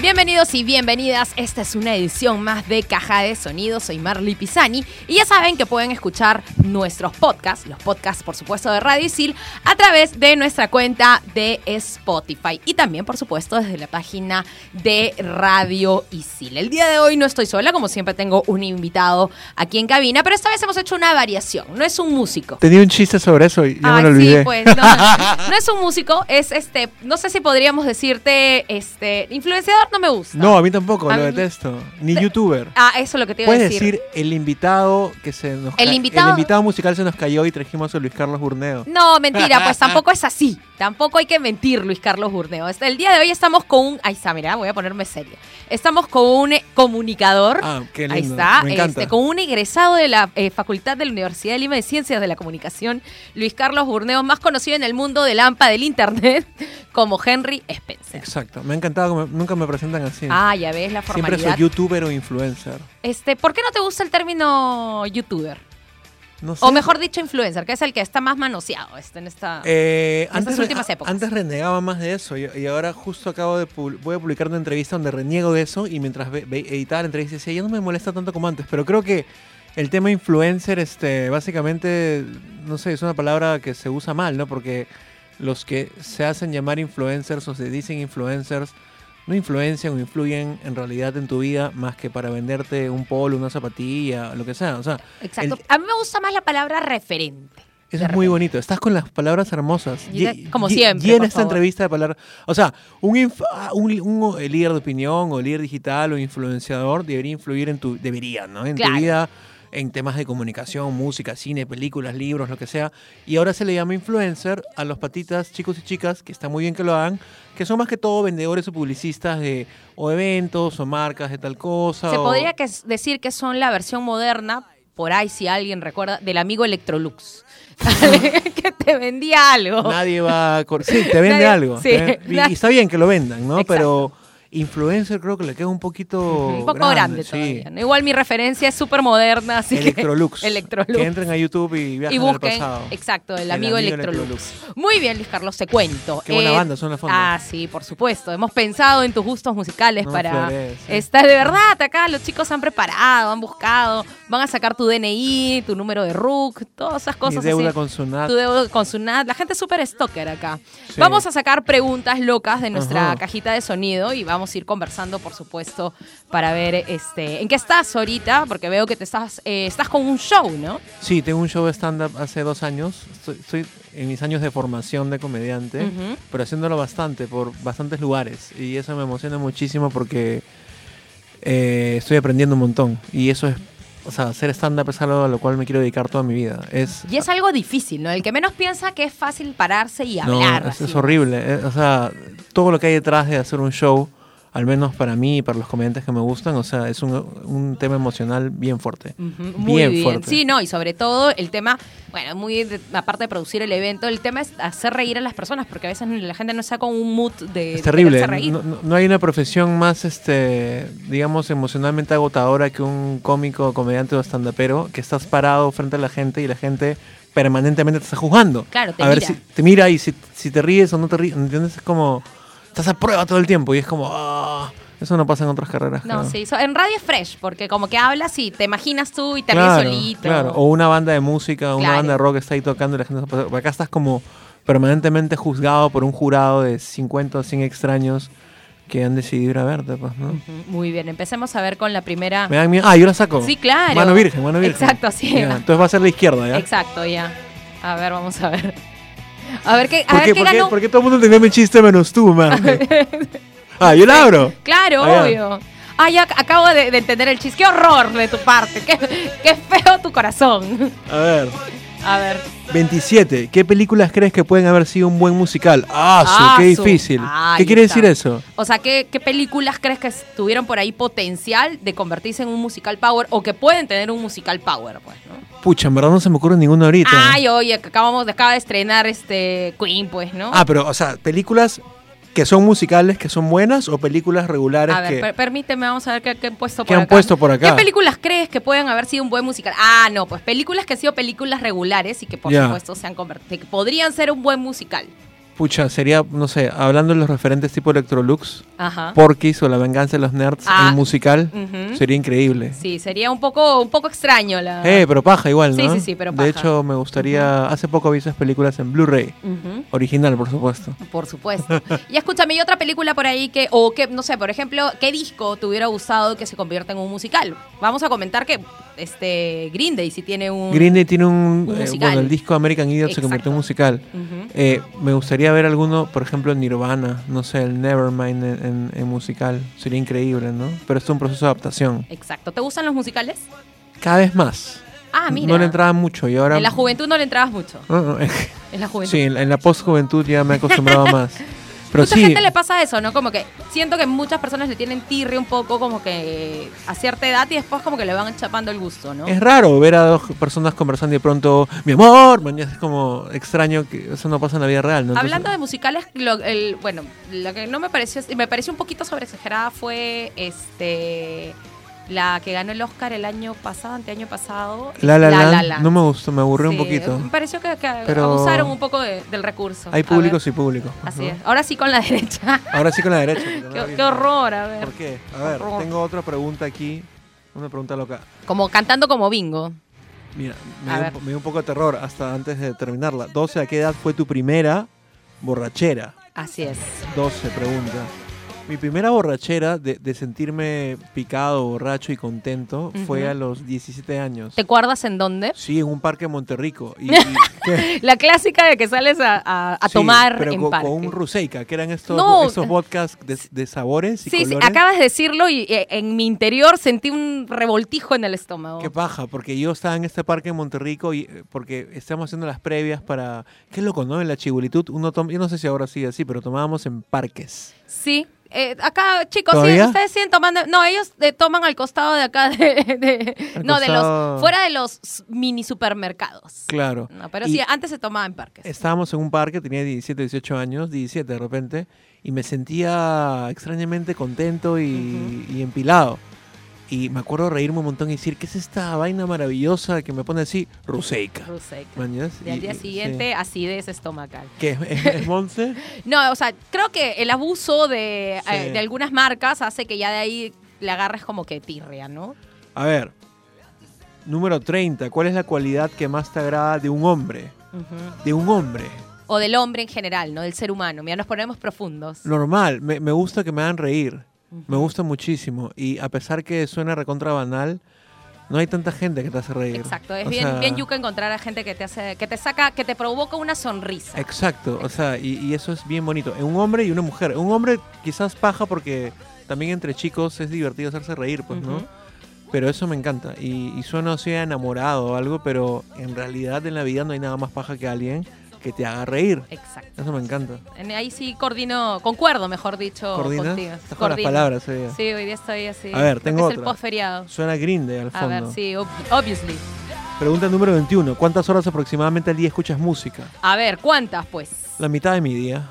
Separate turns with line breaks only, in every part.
Bienvenidos y bienvenidas. Esta es una edición más de Caja de Sonidos. Soy Marley Pisani y ya saben que pueden escuchar nuestros podcasts, los podcasts por supuesto de Radio Isil, a través de nuestra cuenta de Spotify y también por supuesto desde la página de Radio Isil. El día de hoy no estoy sola, como siempre tengo un invitado aquí en cabina, pero esta vez hemos hecho una variación. No es un músico.
Tenía un chiste sobre eso y ya
Ay,
me lo olvidé.
sí, pues no, no. No es un músico, es este, no sé si podríamos decirte, este, influenciador no me gusta.
No, a mí tampoco,
A
lo
mí-
detesto. Ni youtuber.
Ah, eso es lo que te iba a
Puedes
decir.
decir, el invitado que se nos ca-
El invitado-
musical se nos cayó y trajimos a Luis Carlos Burneo.
No, mentira, pues tampoco es así. Tampoco hay que mentir, Luis Carlos Burneo. Este- El día de hoy estamos con un. Ahí está, mira, voy a ponerme seria. Estamos con un eh, comunicador.
Ah, qué lindo.
Ahí está,
Me encanta.
este, con un egresado de la eh, Facultad de la Universidad de Lima de Ciencias de la Comunicación, Luis Carlos Burneo, más conocido en el mundo del AMPA del Internet como Henry Spencer.
Exacto. Me ha encantado, como- nunca me presentan así.
Ah, ya ves la
Siempre
formalidad.
soy youtuber o influencer.
Este, ¿Por qué no te gusta el término youtuber?
No sé.
O mejor dicho, influencer, que es el que está más manoseado este, en esta...
Eh,
estas
antes, re-
últimas
a-
épocas.
antes renegaba más de eso y, y ahora justo acabo de pub- voy a publicar una entrevista donde reniego de eso y mientras ve- ve- editaba la entrevista decía, ya no me molesta tanto como antes, pero creo que el tema influencer, este, básicamente, no sé, es una palabra que se usa mal, ¿no? Porque los que se hacen llamar influencers o se dicen influencers no influencian o influyen en realidad en tu vida más que para venderte un polo, una zapatilla, lo que sea. O sea,
Exacto.
el-
A mí me gusta más la palabra referente. De
eso es muy
repente.
bonito. Estás con las palabras hermosas.
Y
Lle-
de- como
lle-
siempre,
Llena
por
esta
favor.
entrevista de palabras. O sea, un, inf- ah, un, un líder de opinión o líder digital o influenciador debería influir en tu. Debería, ¿no? En
Claro.
tu vida, en temas de comunicación, música, cine, películas, libros, lo que sea. Y ahora se le llama influencer a los patitas, chicos y chicas, que está muy bien que lo hagan, que son más que todo vendedores o publicistas de o eventos o marcas de tal cosa.
Se
o-
podría que s- decir que son la versión moderna, por ahí si alguien recuerda, del amigo Electrolux. que te vendía algo.
Nadie va a... cor- Sí, te vende
Nadie-
algo.
sí,
te ven- y-
nadie-
Y, está bien que lo vendan, ¿no?
Exacto.
Pero influencer creo que le queda un poquito...
Un poco grande,
sí.
todavía. ¿no? Igual mi referencia es súper moderna, así que-
Electrolux.
Electrolux.
Que entren a YouTube y
y
viajen al
busquen,
pasado.
exacto, el,
El
amigo,
amigo
Electrolux.
Electrolux.
Muy bien, Luis Carlos, te cuento.
Qué buena banda son las fondas.
Ah, sí, por supuesto. Hemos pensado en tus gustos musicales
No
para
florece.
estar de verdad acá. Los chicos han preparado, han buscado, van a sacar tu DNI, tu número de RUC, todas esas
Mi
cosas
deuda
así.
con su
Tu deuda con Sunat. La gente es súper stalker acá.
Sí.
Vamos a sacar preguntas locas de nuestra
Ajá.
cajita de sonido y vamos a ir conversando, por supuesto, para ver este en qué estás ahorita, porque veo que te estás, eh, estás con un show, ¿no?
Sí, tengo un show de stand-up hace dos años. Estoy, estoy en mis años de formación de comediante,
Ujú.
pero haciéndolo bastante, por bastantes lugares. Y eso me emociona muchísimo porque eh, estoy aprendiendo un montón. Y eso es, o sea, hacer stand-up es algo a lo cual me quiero dedicar toda mi vida. Es,
Y es algo difícil, ¿no? El que menos piensa que es fácil pararse y
no,
hablar.
es, es
así.
horrible. eh, o sea, todo lo que hay detrás de hacer un show, al menos para mí y para los comediantes que me gustan, o sea, es un, un tema emocional bien fuerte.
Ujú, Muy bien,
fuerte.
Sí, no, y sobre todo el tema, bueno, muy de- aparte de producir el evento, el tema es hacer reír a las personas, porque a veces la gente no está con un mood de,
Es
de
terrible. ¿eh?
quererse reír.
No, no- no hay una profesión más, este, digamos, emocionalmente agotadora que un cómico, comediante o estandapero que estás parado frente a la gente y la gente permanentemente te está juzgando.
Claro, te
a ver
mira.
si te mira y si, si te ríes o no te ríes, ¿entiendes? Es como, estás a prueba todo el tiempo y es como, ah, eso no pasa en otras carreras.
No,
creo.
sí, so- en radio es fresh, porque como que hablas y te imaginas tú y te
Claro,
ríes solito.
claro. O una banda de música, una
Claro.
banda de rock está ahí tocando y la gente... está pasando. Acá estás como permanentemente juzgado por un jurado de 50 o 100 extraños que han decidido ir a verte, pues, ¿no?
Ujú, Muy bien, empecemos a ver con la primera.
Me dan miedo. Ah, yo la saco.
Sí, claro.
Mano virgen, mano virgen.
Exacto, sí.
Ya, entonces va a ser la izquierda, ¿ya?
Exacto, ya. A ver, vamos a ver. A ver qué, a
¿Por
ver
qué,
qué
por, qué,
ganó.
por qué todo el mundo tenía mi chiste menos tú, man? ah, yo la abro.
Claro,
Ah, ya.
obvio. Ah, ya ac- acabo de, de entender el chiste. ¡Qué horror de tu parte! ¡Qué, qué feo tu corazón!
A ver.
A ver.
27. ¿Qué películas crees que pueden haber sido un buen musical? Ah, su,
Ah,
qué
su.
difícil.
Ah, ahí
¿Qué quiere
está.
decir eso?
O sea, ¿qué, qué películas crees que tuvieron por ahí potencial de convertirse en un musical power o que pueden tener un musical power, pues, ¿no?
Pucha, en verdad no se me ocurre ninguna ahorita.
Ay, oye, que acabamos de, acaba de estrenar este Queen, pues, ¿no?
Ah, pero, o sea, películas que son musicales, que son buenas o películas regulares
a ver,
que...
per- permíteme, vamos a ver qué, qué han puesto por
¿Qué han
acá.
puesto por acá?
¿Qué películas crees que pueden haber sido un buen musical? Ah, no, pues películas que han sido películas regulares y que por
Ya.
supuesto se han convertido, que podrían ser un buen musical.
Pucha, sería, no sé, hablando de los referentes tipo Electrolux,
Ajá.
Porky's o La Venganza de los Nerds
Ah,
en musical,
ujú.
sería increíble.
Sí, sería un poco, un poco extraño la.
Eh, pero paja igual,
Sí,
¿no?
sí, sí, pero
De
paja.
hecho, me gustaría... Hace poco vi esas películas en Blu-ray.
Ujú.
Original, por supuesto.
Por supuesto. Y escúchame, ¿y otra película por ahí que, o que, no sé, por ejemplo, qué disco te hubiera gustado que se convierta en un musical? Vamos a comentar que este Green Day sí tiene un.
Green Day tiene un...
Un
eh,
musical.
bueno, el disco American Idiot se convirtió en
Exacto.
musical.
Ujú.
Eh, me gustaría ver alguno, por ejemplo, en Nirvana, no sé, el Nevermind en, en- en musical. Sería increíble, ¿no? Pero esto es un proceso de adaptación.
Exacto. ¿Te gustan los musicales?
Cada vez más.
Ah, mira.
No le entraba mucho y ahora...
En la juventud no le entrabas mucho.
No, no,
En la juventud.
sí, en la, en la postjuventud ya me he acostumbrado más. Pero
Mucha
sí,
gente le pasa eso, ¿no? Como que siento que muchas personas le tienen tirre un poco como que a cierta edad y después como que le van chapando el gusto, ¿no?
es raro ver a dos personas conversando y de pronto, mi amor, man, ya es como extraño que eso no pasa en la vida real, ¿no? Entonces-
Hablando de musicales, lo- el- bueno, lo que no me pareció, me pareció un poquito sobreexagerada fue este la que ganó el Oscar el año pasado, anteaño pasado.
La La,
La
Land
La Land.
no me gustó, me aburrió un
Sí,
poquito.
Me pareció que, que
Pero-
abusaron un poco de- del recurso.
Hay
A
públicos
ver,
y públicos. pues,
Así
¿no?
es. Ahora sí con la derecha.
Ahora sí con la derecha. porque no la
qué,
vi.
qué horror, a ver.
¿Por qué? A ver,
Horror.
tengo otra pregunta aquí. Una pregunta loca.
Como cantando como bingo.
Mira,
A
me dio, un
ver.
po- me dio un poco de terror hasta antes de terminarla. 12, ¿a qué edad fue tu primera borrachera?
Así es.
12 pregunta. Mi primera borrachera de, de sentirme picado, borracho y contento fue
Ujú.
a los 17 años.
¿Te acuerdas en dónde?
Sí, en un parque en Monterrico. Y, y- ¿qué?
La clásica de que sales a, a- a
Sí,
tomar
pero
en
co-
parque.
con un Ruseika, que eran estos,
No. eh,
estos vodkas de, de sabores y
Sí, sí,
colores.
acabas de decirlo y eh, en mi interior sentí un revoltijo en el estómago.
Qué paja, porque yo estaba en este parque en Monterrico y eh, porque estamos haciendo las previas para... Qué loco, ¿no? En la chibulitud uno toma... Yo no sé si ahora sigue así, pero tomábamos en parques.
Sí. eh, acá, chicos, sí,
¿Todavía?
ustedes siguen tomando. No, ellos eh, toman al costado de acá. De, de-
Al
no, de
costado.
los. Fuera de los s- mini supermercados.
Claro.
No, pero
Y-
sí, antes se tomaba en parques.
Estábamos en un parque, tenía 17, 18 años, 17 de repente, y me sentía extrañamente contento y, y empilado. Y me acuerdo reírme un montón y decir, ¿qué es esta vaina maravillosa que me pone así? Ruseica.
Ruseca.
¿Mañas?
Y al día
sí.
siguiente, acidez estomacal.
¿Qué? ¿Es, es Monse?
No, o sea, creo que el abuso de,
Sí.
eh, de algunas marcas hace que ya de ahí le agarres como que tirria, ¿no?
A ver. Número 30. ¿Cuál es la cualidad que más te agrada de un hombre? De un hombre.
O del hombre en general, ¿no? Del ser humano. Mira, nos ponemos profundos.
Normal. Me, me gusta que me hagan reír. Me gusta muchísimo. Y a pesar que suena recontra banal, no hay tanta gente que te hace reír.
Exacto, es
O
bien,
sea,
bien yuca encontrar a gente que te hace, que te saca, que te provoca una sonrisa.
Exacto, o sea, y, y eso es bien bonito. En un hombre y una mujer. Un hombre quizás paja porque también entre chicos es divertido hacerse reír, pues,
Ujú.
¿no? Pero eso me encanta. Y, y suena así a enamorado o algo, pero en realidad en la vida no hay nada más paja que alguien que te haga reír.
Exacto.
Eso me encanta.
En- Ahí sí coordino, concuerdo, mejor dicho,
¿Coordinas?
Oh, contigo.
Estás con las
Coordino.
palabras hoy día.
Sí, hoy día estoy así.
A ver,
Creo
tengo
que Es el
otra.
posferiado.
Suena grinde al
A
fondo.
ver, sí, ob- obviously.
Pregunta número 21. ¿Cuántas horas aproximadamente al día escuchas música?
A ver, ¿cuántas pues?
La mitad de mi día.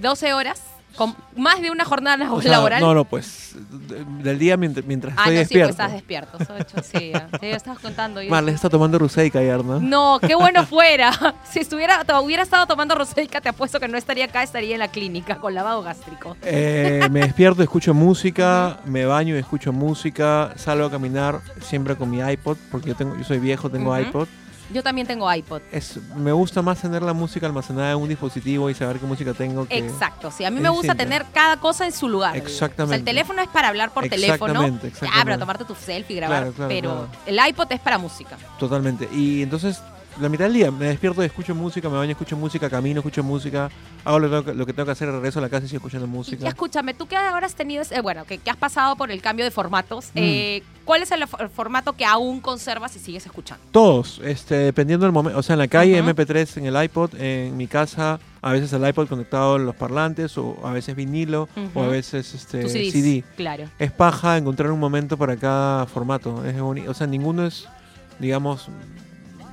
12 horas con más de una jornada
O sea,
Oh, laboral.
No, no, pues de- del día mientras, mientras
ah,
estoy
no, sí, pues
despierto.
estás despierto. son ocho, sí, ya. Sí, estabas contando. yo-
Marles está tomando Ruseica ayer, ¿no?
No, qué bueno fuera. Si estuviera, to- hubiera estado tomando Roseica, te apuesto que no estaría acá, estaría en la clínica con lavado gástrico.
Eh, me despierto, escucho música, me baño, y escucho música, salgo a caminar siempre con mi iPod, porque yo, tengo, yo soy viejo, tengo
Ujú.
iPod.
Yo también tengo iPod.
Es, me gusta más tener la música almacenada en un dispositivo y saber qué música tengo. Que,
Exacto, sí. A mí
Es
me gusta
distinto.
tener cada cosa en su lugar. digamos.
Exactamente.
O sea, el teléfono es para hablar por teléfono.
Exactamente,
Ah, para
exactamente.
tomarte tu selfie y grabar.
Claro, claro,
pero el iPod es para música.
Totalmente. Y entonces, la mitad del día me despierto y escucho música, me baño, escucho música, camino, escucho música, hago lo que tengo que, lo que, tengo que hacer, regreso a la casa y sigo escuchando
Y ya
música.
escúchame, tú que ahora has tenido, ese- eh, bueno, que, que has pasado por el cambio de
Mm.
formatos, eh, ¿cuál es el, fo- el formato que aún conservas y sigues escuchando?
Todos, este, dependiendo del momento, o sea, en la calle,
Ujú.
MP3, en el iPod, en mi casa, a veces el iPod conectado a los parlantes, o a veces vinilo, o a
Ujú.
veces este,
Tus CDs,
CD.
Claro.
Es paja encontrar un momento para cada formato, es boni- o sea, ninguno es, digamos,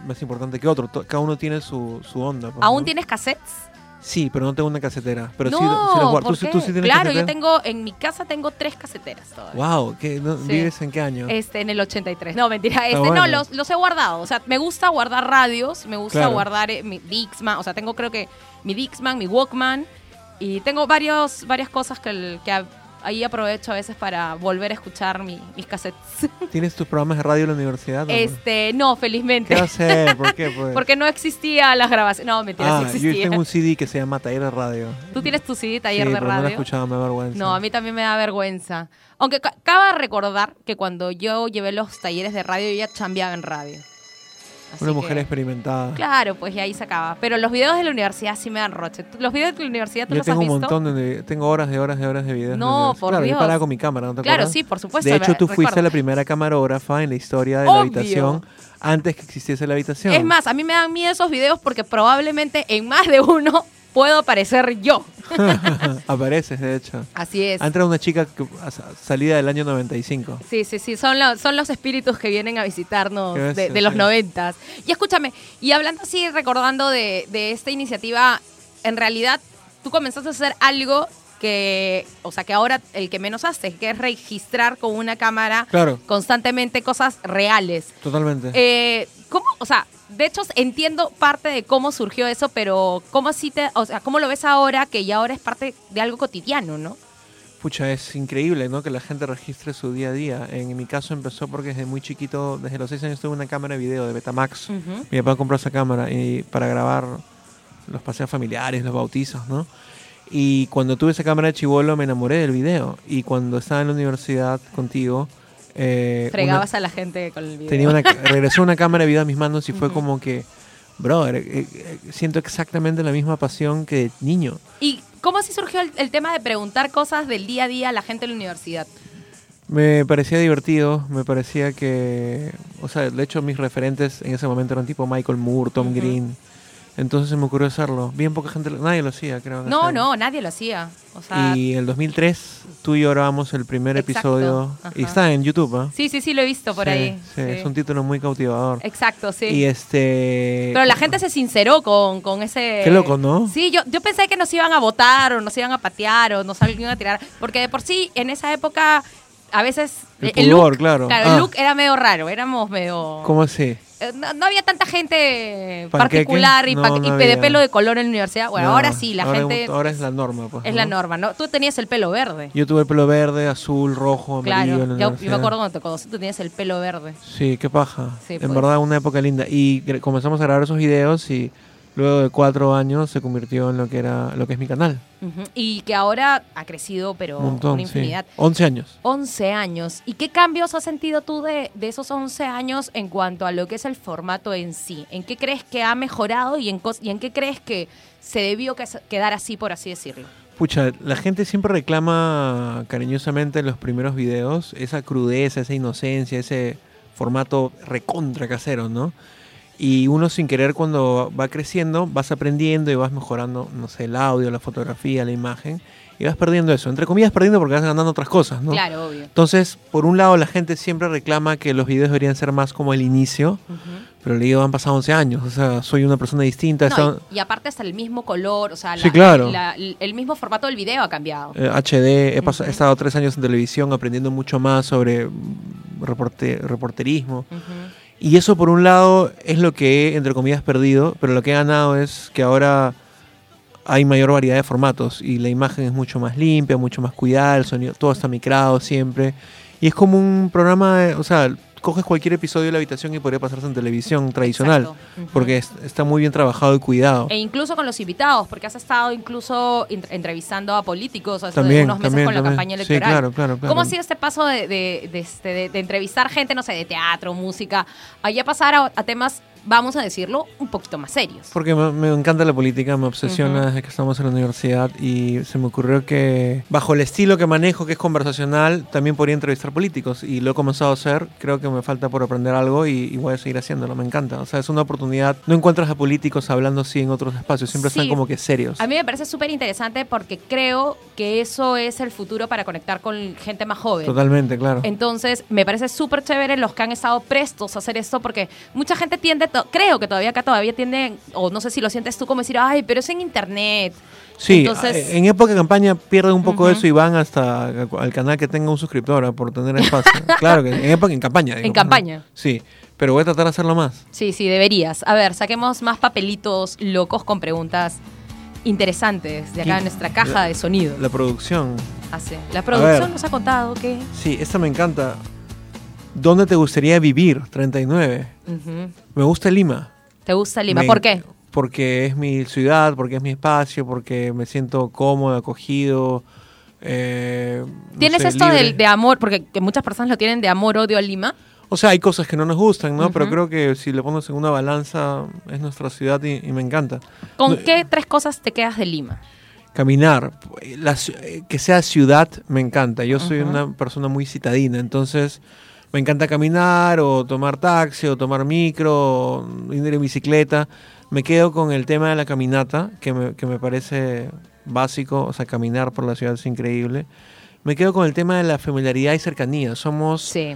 más importante que otro, to- cada uno tiene su, su onda. pues,
¿Aún
¿no?
tienes cassettes?
Sí, pero no tengo una casetera. Pero
no,
sí, sí la guardo.
¿por
¿Tú, sí-
qué?
tú sí tienes
Claro, yo
casetera?
tengo, en mi casa tengo tres caseteras todavía.
Wow, ¿qué, no-
Sí.
¿vives en qué año?
Este, en el 83. No, mentira. Este,
Ah, bueno.
no, los, los he guardado. O sea, me gusta guardar radios, me gusta
Claro.
guardar eh, mi Dixman. O sea, tengo creo que mi Dixman, mi Walkman. Y tengo varios, varias cosas que, el- que a- ahí aprovecho a veces para volver a escuchar mi- mis cassettes.
¿Tienes tus programas de radio en la universidad? o Ah, no?
Este, no,
¿Qué
felizmente.
vas a hacer? ¿Por qué? Pues?
Porque no existía las grabaciones. No, mentira,
ah,
sí
yo
existía.
tengo un CD que se llama Taller de Radio.
Tú tienes tu CD, taller
sí,
de
pero no lo he
radio.
escuchado, me da vergüenza.
No, a mí también me da vergüenza. Aunque ca- cabe recordar que cuando yo llevé los talleres de radio, yo ya chambeaba en radio. Así
Una mujer
que-
experimentada.
Claro, pues y ahí se acaba. Pero los videos de la universidad sí me dan roche. ¿Tú- ¿Los videos de la universidad tú
Yo
los
tengo
has
un
visto?
montón de... Tengo horas de horas de horas de videos.
No,
míos.
por
claro,
Dios.
yo paraba con mi cámara, ¿no te
Claro,
acuerdas?
sí, por supuesto.
De hecho,
me-
tú fuiste
recuerdo.
la primera camarógrafa en la historia de
Obvio.
la habitación antes que existiese la habitación.
Es más, a mí me dan miedo esos videos porque probablemente en más de uno puedo aparecer yo.
Apareces, de hecho.
Así es.
Entra una chica que- a- sa- salida del año 95.
Sí, sí, sí, son, lo- son los espíritus que vienen a visitarnos
Qué
de,
bestia,
de los
sí.
noventas. Y escúchame, y hablando así, recordando de, de esta iniciativa, en realidad tú comenzaste a hacer algo que, o sea, que ahora el que menos hace, que es registrar con una cámara
Claro,
constantemente cosas reales.
totalmente.
Eh, ¿Cómo? O sea, de hecho entiendo parte de cómo surgió eso, pero ¿cómo así te, o sea, cómo lo ves ahora que ya ahora es parte de algo cotidiano, ¿no?
Pucha, es increíble, ¿no? Que la gente registre su día a día. En mi caso empezó porque desde muy chiquito, desde los 6 años tuve una cámara de video de Betamax. Mi papá compró esa cámara y para grabar los paseos familiares, los bautizos, ¿no? Y cuando tuve esa cámara de chivolo me enamoré del video. Y cuando estaba en la universidad contigo, eh, una-
Fregabas a la gente con el video.
tenía una, regresó una cámara de video a mis manos y fue
Ujú.
como que, brother, eh, eh, siento exactamente la misma pasión que de niño.
¿Y cómo así surgió el, el tema de preguntar cosas del día a día a la gente en la universidad?
Me parecía divertido, me parecía que, o sea, de hecho mis referentes en ese momento eran tipo Michael Moore, Tom
Ujú.
Green. Entonces se me ocurrió hacerlo. Bien poca gente, lo- nadie lo hacía, creo. en
No,
ese-
no, nadie lo hacía. O sea,
Y en el 2003 tú y yo grabamos el primer
Exacto,
episodio. Y
ajá.
está en YouTube, ¿ah?
sí, sí, sí, lo he visto por
Sí,
ahí.
sí, es un título muy cautivador.
Exacto, sí.
Y eh, este...
Pero la gente se sinceró con, con ese...
Qué loco, ¿no?
Sí, yo, yo pensé que nos iban a votar o nos iban a patear o nos iban a tirar. Porque de por sí, en esa época, a veces...
El pudor,
look,
claro.
Claro, el
Ah.
look era medio raro, éramos medio...
¿Cómo así?
Eh, No, no había tanta gente
¿Panqueque?
particular y,
No,
panque-
no
y pe- de
había.
pelo de color en la universidad. Bueno,
No,
ahora sí, la
ahora-
gente...
Ahora es la norma, pues.
Es la
¿no?
norma, ¿no? Tú tenías el pelo verde.
Yo tuve el pelo verde, azul, rojo, amarillo.
Claro,
en la
yo, yo me
universidad.
acuerdo cuando te conocí, tú tenías el pelo verde.
Sí, qué paja.
Sí,
en
pues.
verdad, una época linda. Y gre- comenzamos a grabar esos videos y luego de cuatro años se convirtió en lo que era lo que es mi canal.
Ujú. Y que ahora ha crecido, pero
Un montón,
Oh, una
sí.
infinidad.
11 años.
11 años. ¿Y qué cambios has sentido tú de, de esos 11 años en cuanto a lo que es el formato en sí? ¿En qué crees que ha mejorado y en, cos- y en qué crees que se debió que- quedar así, por así decirlo?
Pucha, la gente siempre reclama cariñosamente en los primeros videos esa crudeza, esa inocencia, ese formato recontra casero, ¿no? Y uno sin querer cuando va creciendo, vas aprendiendo y vas mejorando, no sé, el audio, la fotografía, la imagen, y vas perdiendo eso. Entre comillas, perdiendo porque vas ganando otras cosas, ¿no?
Claro, obvio.
Entonces, por un lado, la gente siempre reclama que los videos deberían ser más como el inicio,
Ujú.
pero le digo, han pasado 11 años, o sea, soy una persona distinta. he
No,
estado-
y, y aparte hasta el mismo color, o sea, la-
Sí, claro.
la- el mismo formato del video ha cambiado.
eh, HD, he, pas- he
Ujú.
estado tres años en televisión aprendiendo mucho más sobre mm, reporte- reporterismo.
Ujú.
Y eso por un lado es lo que he, entre comillas, perdido, pero lo que he ganado es que ahora hay mayor variedad de formatos y la imagen es mucho más limpia, mucho más cuidada, el sonido, todo está micrado siempre. Y es como un programa, de- o sea, coges cualquier episodio de la habitación y podría pasarse en televisión tradicional,
Exacto. Ujú.
porque es- está muy bien trabajado y cuidado.
E incluso con los invitados, porque has estado incluso int- entrevistando a políticos hace
También,
unos meses
también,
con la
también.
campaña
Sí,
electoral.
claro, claro, claro.
¿Cómo ha sido este paso de, de- de este, de- de entrevistar gente, no sé, de teatro, música, allá pasar a, a temas, vamos a decirlo, un poquito más serios?
Porque me, me encanta la política, me obsesiona desde que estamos en la universidad y se me ocurrió que bajo el estilo que manejo, que es conversacional, también podría entrevistar políticos y lo he comenzado a hacer, creo que me falta por aprender algo y, y voy a seguir haciéndolo, me encanta. O sea, es una oportunidad, no encuentras a políticos hablando así en otros espacios, siempre
Sí.
están como que serios.
A mí me parece súper interesante porque creo que eso es el futuro para conectar con gente más joven.
Totalmente, claro.
Entonces, me parece súper chévere los que han estado prestos a hacer esto porque mucha gente tiende to- creo que todavía acá todavía tienden, o no sé si lo sientes tú como decir, ay, pero es en internet.
Sí,
Entonces-
a- en época de campaña pierden un poco
Ujú.
eso y van hasta al canal que tenga un suscriptor ah, por tener espacio. claro, que en época en campaña. digo, ¿no?
campaña.
Sí, pero voy a tratar de hacerlo más.
Sí, sí, deberías. A ver, saquemos más papelitos locos con preguntas interesantes de acá
Sí.
de nuestra caja de sonido.
La producción.
Hace. La
A
producción
ver.
nos ha contado que...
Sí, esta me encanta. ¿Dónde te gustaría vivir? 39.
Ujú.
Me gusta Lima.
¿Te gusta Lima?
Me-
¿Por qué?
Porque es mi ciudad, porque es mi espacio, porque me siento cómodo, acogido. eh, no
¿Tienes
sé,
esto
libre.
del, de amor? Porque que muchas personas lo tienen de amor-odio a Lima.
O sea, hay cosas que no nos gustan, ¿no? Pero
Ujú.
creo que si le pones en una balanza, es nuestra ciudad y, y me encanta.
¿Con
No,
qué tres cosas te quedas de Lima?
Caminar, la ci- eh, que sea ciudad, me encanta. Yo soy una persona muy citadina, entonces me encanta caminar o tomar taxi o tomar micro, o ir en bicicleta. Me quedo con el tema de la caminata, que me, que me parece básico, o sea, caminar por la ciudad es increíble. Me quedo con el tema de la familiaridad y cercanía. Somos...
Sí.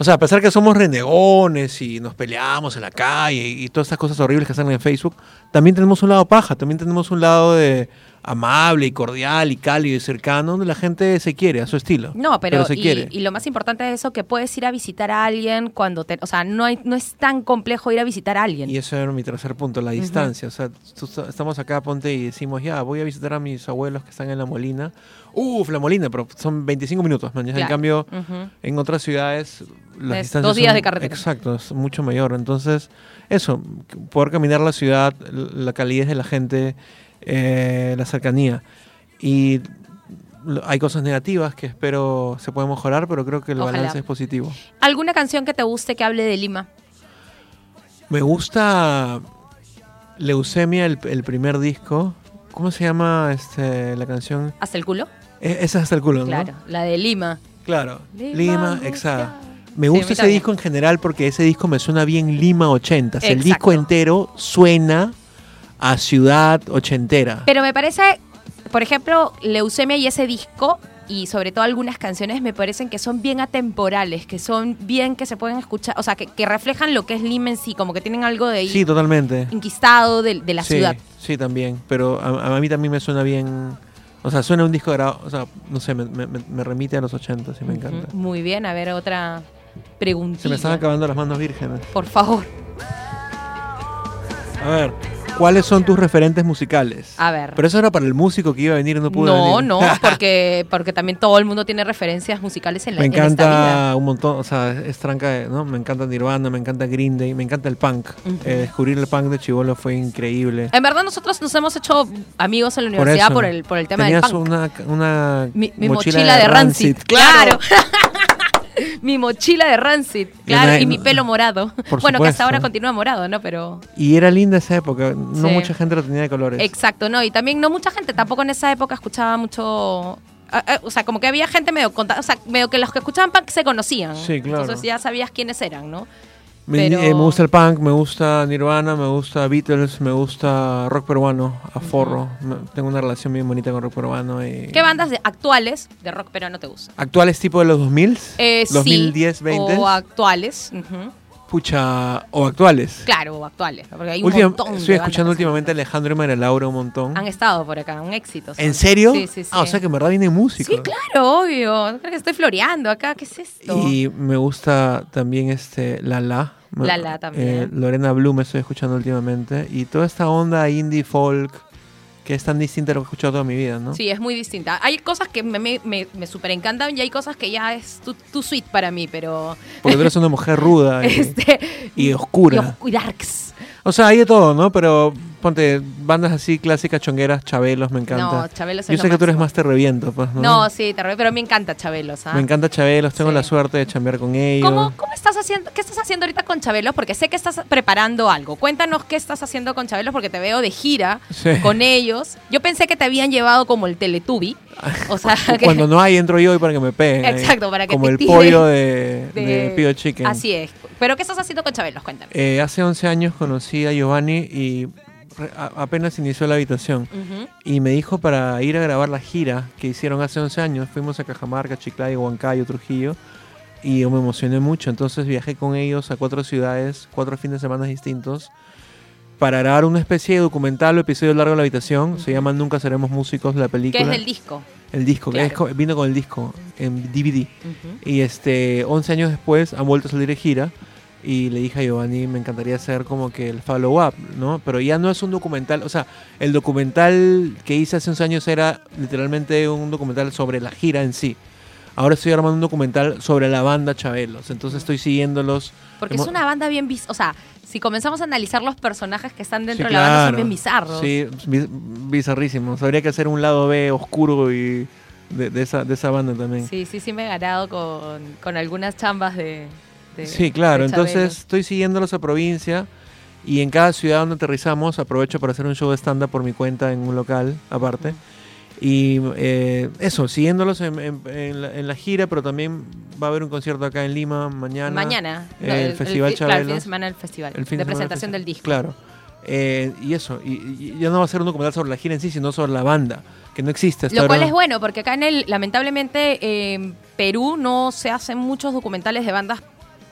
O sea, a pesar que somos renegones y nos peleamos en la calle y, y todas estas cosas horribles que hacen en Facebook, también tenemos un lado paja, también tenemos un lado de amable y cordial y cálido y cercano, donde la gente se quiere a su estilo.
No, pero,
se
y,
quiere.
y lo más importante de eso, que puedes ir a visitar a alguien cuando te... O sea, no, hay, no es tan complejo ir a visitar a alguien.
Y eso era mi tercer punto, la distancia. O sea, tú sa- estamos acá, ponte y decimos, ya, voy a visitar a mis abuelos que están en La Molina. Uf, La Molina, pero son 25 minutos, man. En
Claro.
cambio,
Ujú.
en otras ciudades las
Es
distancias
dos días
son-
de carretera.
Exacto, es mucho mayor. Entonces, eso, c- poder caminar la ciudad, l- la calidez de la gente, eh, la cercanía. Y lo- hay cosas negativas que espero se pueden mejorar, pero creo que el
Ojalá.
balance es positivo.
¿Alguna canción que te guste que hable de Lima?
Me gusta Leucemia, el, el primer disco. ¿Cómo se llama este, la canción?
¿Hasta el culo?
E- Esa es hasta el culo, ¿no?
Claro, la de Lima.
Claro,
Lima,
Lima,
Murcia.
Exada. Me
Sí, a
gusta
mí
ese
también.
disco en general porque ese disco me suena bien Lima 80. El
Exacto.
disco entero suena a ciudad ochentera.
Pero me parece, por ejemplo, Leucemia y ese disco, y sobre todo algunas canciones, me parecen que son bien atemporales, que son bien que se pueden escuchar, o sea, que, que reflejan lo que es Lima en sí, como que tienen algo de ahí
sí, totalmente.
inquistado de, de la
sí,
ciudad.
Sí, también. Pero a, a mí también me suena bien. O sea, suena un disco grabado. O sea, no sé, me, me- me- me remite a los 80 y me encanta.
Ujú. Muy bien, a ver otra preguntita.
Se me están acabando las manos vírgenes.
Por favor.
A ver, ¿cuáles son tus referentes musicales?
A ver.
Pero eso era para el músico que iba a venir y no pudo
No,
venir.
no, porque, porque también todo el mundo tiene referencias musicales en la
Me
en esta vida.
encanta un montón, o sea, es tranca, de- ¿no? Me encanta Nirvana, me encanta Green Day, me encanta el punk.
Ujú.
Eh, descubrir el punk de Chivolo fue increíble.
En verdad nosotros nos hemos hecho amigos en la universidad por,
eso.
el, por el tema
Tenías
del punk.
una, una
Mi, mi mochila, de Rancid. Claro. mi mochila de Rancid. Claro.
nadie-
y mi pelo morado.
Por
bueno, que hasta
supuesto.
ahora continúa morado, ¿no? Pero.
Y era linda esa época, no
Sí.
mucha gente lo tenía de colores.
Exacto, ¿no? Y también no mucha gente tampoco en esa época escuchaba mucho. ah, ah, O sea, como que había gente medio conta- o sea, medio que los que escuchaban punk se conocían.
Sí, claro.
Entonces ya sabías quiénes eran, ¿no?
me,
pero-
eh, me gusta el punk, me gusta Nirvana, me gusta Beatles, me gusta rock peruano, a forro. Me- Tengo una relación bien bonita con rock peruano. Y...
¿Qué bandas de- actuales de rock pero no te gustan?
¿Actuales tipo de los 2000?
Eh, sí,
2010, 20.
O actuales. ujú.
Pucha, o actuales.
Claro, o actuales. Porque hay un
Última-
montón de
estoy
bandas que
escuchando
son-
últimamente a Alejandro y María Laura un montón.
Han estado por acá, un éxito. son.
¿En serio?
Sí, sí, sí.
Ah, o sea que en verdad viene músico.
Sí, claro, obvio. Creo que estoy floreando acá. ¿Qué es esto?
Y me gusta también este Lala. Me-
Lala también.
eh, Lorena Bloom estoy escuchando últimamente. Y toda esta onda indie folk que es tan distinta a lo que he escuchado toda mi vida, ¿no?
Sí, es muy distinta. Hay cosas que me, me, me, super encantan y hay cosas que ya es tu, tu suite para mí, pero.
Porque tú eres una mujer ruda y,
Este,
y oscura.
y os- y darks.
O sea, hay de todo, ¿no? Pero ponte bandas así clásicas, chongueras, Chabelos, me encanta.
No, Chabelo es
Yo
lo
sé que tú eres
máximo.
más te reviento, pues, ¿no?
No, sí, te re- pero me encanta Chabelos. ¿ah?
Me encanta Chabelos, tengo
Sí.
la suerte de chambear con ellos.
¿Cómo, ¿Cómo estás haciendo? ¿Qué estás haciendo ahorita con Chabelos? Porque sé que estás preparando algo. Cuéntanos qué estás haciendo con Chabelos, porque te veo de gira
Sí.
con ellos. Yo pensé que te habían llevado como el Teletubby. O sea, que-
Ah, Cuando no hay, entro yo y para que me peguen. ahí.
Exacto, para que
Como
te
el
tiren
pollo de,
de-
de... Pio Chicken.
Así es. Pero ¿qué estás haciendo con Chabelos? Cuéntanos.
Eh, hace 11 años conocí a Giovanni y re- a- apenas inició la habitación.
Ujú.
Y me dijo para ir a grabar la gira que hicieron hace 11 años. Fuimos a Cajamarca, Chiclayo, Huancayo, Trujillo. y yo me emocioné mucho. Entonces viajé con ellos a cuatro ciudades, cuatro fines de semana distintos, para grabar una especie de documental o episodio largo de la habitación. Se llama Nunca Seremos Músicos, la
que
película.
es del disco.
El disco, que
Claro.
es co- vino con el disco en DVD. Y este, 11 años después han vuelto a salir de gira. Y le dije a Giovanni, me encantaría hacer como que el follow-up, ¿no? Pero ya no es un documental, o sea, el documental que hice hace 11 años era literalmente un documental sobre la gira en sí. Ahora estoy armando un documental sobre la banda Chabelos, entonces estoy siguiéndolos.
Porque
Hemos-
es una banda bien bis, o sea, si comenzamos a analizar los personajes que están dentro
Sí,
de la banda son
claro.
bien bizarros.
Sí, bi- bizarrísimos. Habría que hacer un lado B oscuro y de, de esa, de esa banda también.
Sí, sí, sí me he ganado con, con algunas chambas de... de-
Sí, claro.
de Chabelo.
Entonces estoy siguiéndolos a provincia y en cada ciudad donde aterrizamos aprovecho para hacer un show de stand-up por mi cuenta en un local aparte. Y eh, eso, siguiéndolos en, en- en la, en la gira, pero también va a haber un concierto acá en Lima mañana. eh,
Mañana.
el
no,
Festival
fi- Claro, el fin de
Chabelo.
semana del festival.
El fin
de
semana
presentación
festi-
del disco.
Claro. Eh, y eso, y, y ya no va a ser un documental sobre la gira en sí, sino sobre la banda, que no existe. hasta
Lo cual
ahora.
es bueno, porque acá en el, lamentablemente, eh, en Perú no se hacen muchos documentales de bandas